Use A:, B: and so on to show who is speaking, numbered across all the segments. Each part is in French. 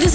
A: this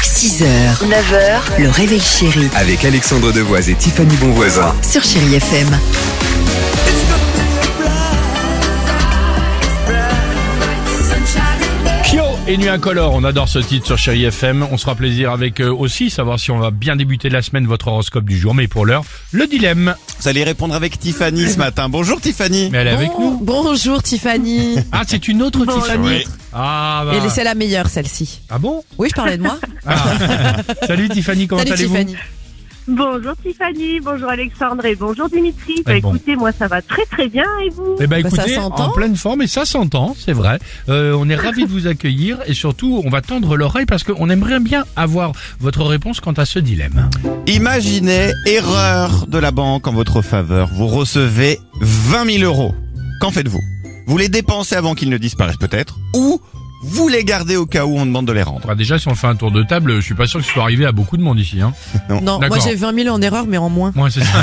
B: 6h, 9h, le réveil chéri
C: avec Alexandre Devoise et Tiffany Bonvoisin.
B: sur Chérie FM.
D: Kyo et Nuit Incolore, on adore ce titre sur Chéri FM. On se fera plaisir avec euh, aussi savoir si on va bien débuter la semaine votre horoscope du jour. Mais pour l'heure, le dilemme.
E: Vous allez répondre avec Tiffany ce matin. Bonjour Tiffany.
D: Mais elle est avec nous.
F: Oh, Bonjour Tiffany.
D: Ah, c'est une autre
F: Bon,
D: Tiffany.
F: la nôtre.
D: Ah, bah.
F: Elle est c'est la meilleure celle-ci.
D: ah bon
F: Oui, je parlais de moi.
D: Ah. Salut Tiffany, comment
F: Salut
D: allez-vous
F: Tiffany.
G: Bonjour Tiffany, bonjour Alexandre et bonjour Dimitri. Bah,
D: Eh bon.
G: Écoutez, moi ça va très très bien et vous
D: Eh ben
F: Bah, ça
D: écoutez,
F: s'entend.
D: en pleine forme et ça s'entend, c'est vrai. Euh, on est ravis de vous accueillir et surtout on va tendre l'oreille parce qu'on aimerait bien avoir votre réponse quant à ce dilemme.
E: Imaginez erreur de la banque en votre faveur. Vous recevez 20 000 euros. Qu'en faites-vous Vous les dépensez avant qu'ils ne disparaissent peut-être ou vous les gardez au cas où on demande de les rendre
D: Bah, déjà si on fait un tour de table, je suis pas sûr que ce soit arrivé à beaucoup de monde ici. Hein.
F: Non, moi
D: D'accord.
F: j'ai 20 000 en erreur, mais en moins.
D: Ouais, c'est ça.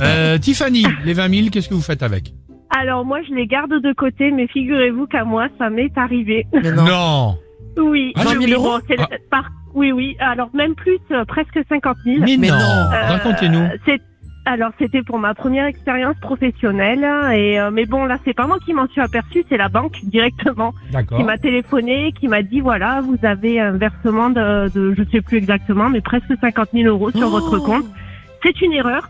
D: Euh, Tiffany, les 20 000, qu'est-ce que vous faites avec
G: Alors moi je les garde de côté, mais figurez-vous qu'à moi ça m'est arrivé.
F: Mais non.
G: Oui,
D: Ah,
F: 20 000
G: oui,
F: euros
G: bon, c'est le- par- oui, oui, alors même plus, euh, presque 50 000.
D: Mais,
F: Mais
D: non,
F: non.
G: Euh,
D: racontez-nous.
G: c'est- Alors c'était pour ma première expérience professionnelle et euh, mais bon là c'est pas moi qui m'en suis aperçu c'est la banque directement
D: D'accord.
G: qui m'a téléphoné qui m'a dit voilà vous avez un versement de, de je sais plus exactement mais presque 50 000 euros sur
F: Oh.
G: votre compte c'est une erreur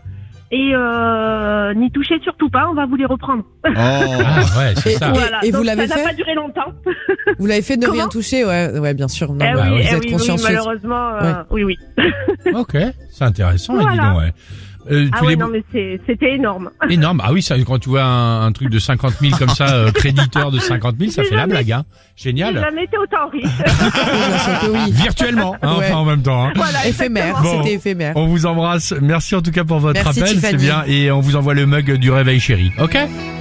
G: et euh, n'y touchez surtout pas on va vous les reprendre
D: Ah ouais, c'est
F: Et,
D: ça.
F: et-
G: voilà
F: et vous
G: Donc,
F: l'avez
G: ça n'a pas
F: fait
G: duré longtemps
F: Vous l'avez fait de rien
G: Comment
F: toucher Ouais, ouais, bien sûr. Non,
G: Eh
F: bah,
D: oui,
F: vous
G: eh
F: êtes
G: oui,
F: consciencieuse.
G: malheureusement euh, oui oui
D: Ok, c'est intéressant,
G: Voilà.
D: dis donc. Ouais. Euh,
G: ah
D: tu
G: ouais
D: les-
G: non mais c'est- c'était énorme
D: Énorme. Ah oui, ça, quand tu vois un, un truc de 50 000 comme ça, euh, créditeur de 50 000, ça
G: J'ai
D: fait la
G: jamais-
D: blague. Hein.
G: j'ai
D: Génial.
G: jamais été autant riche
F: Bien sûr que oui.
D: Virtuellement, hein,
F: Ouais.
D: enfin en même temps. hein.
G: voilà
F: Éphémère,
D: Bon.
F: c'était éphémère.
D: On vous embrasse. Merci en tout cas pour votre
F: Merci,
D: appel, c'est
F: Tiffany.
D: bien. Et on vous envoie le mug du réveil chéri. Ok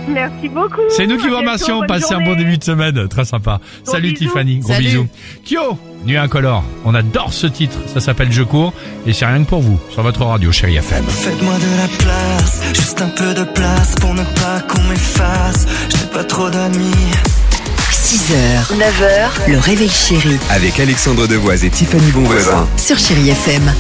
G: Merci beaucoup.
D: C'est nous qui vous
G: À bientôt,
D: remercions.
G: bonne
D: Passez un bon
G: journée.
D: début de semaine. Très sympa.
G: Gros
D: Salut
G: bisous.
D: Tiffany. Gros
F: Salut.
D: bisous. Kyo, Nuit Incolore. On adore ce titre. Ça s'appelle Je cours. Et c'est rien que pour vous. Sur votre radio, chérie FM.
H: Faites-moi de la place, juste un peu de place pour ne pas qu'on m'efface. J'ai pas trop d'amis.
B: 6h, 9h, le réveil chéri
C: Avec Alexandre Devoise et Tiffany Bonvoisin.
B: sur Chérie FM.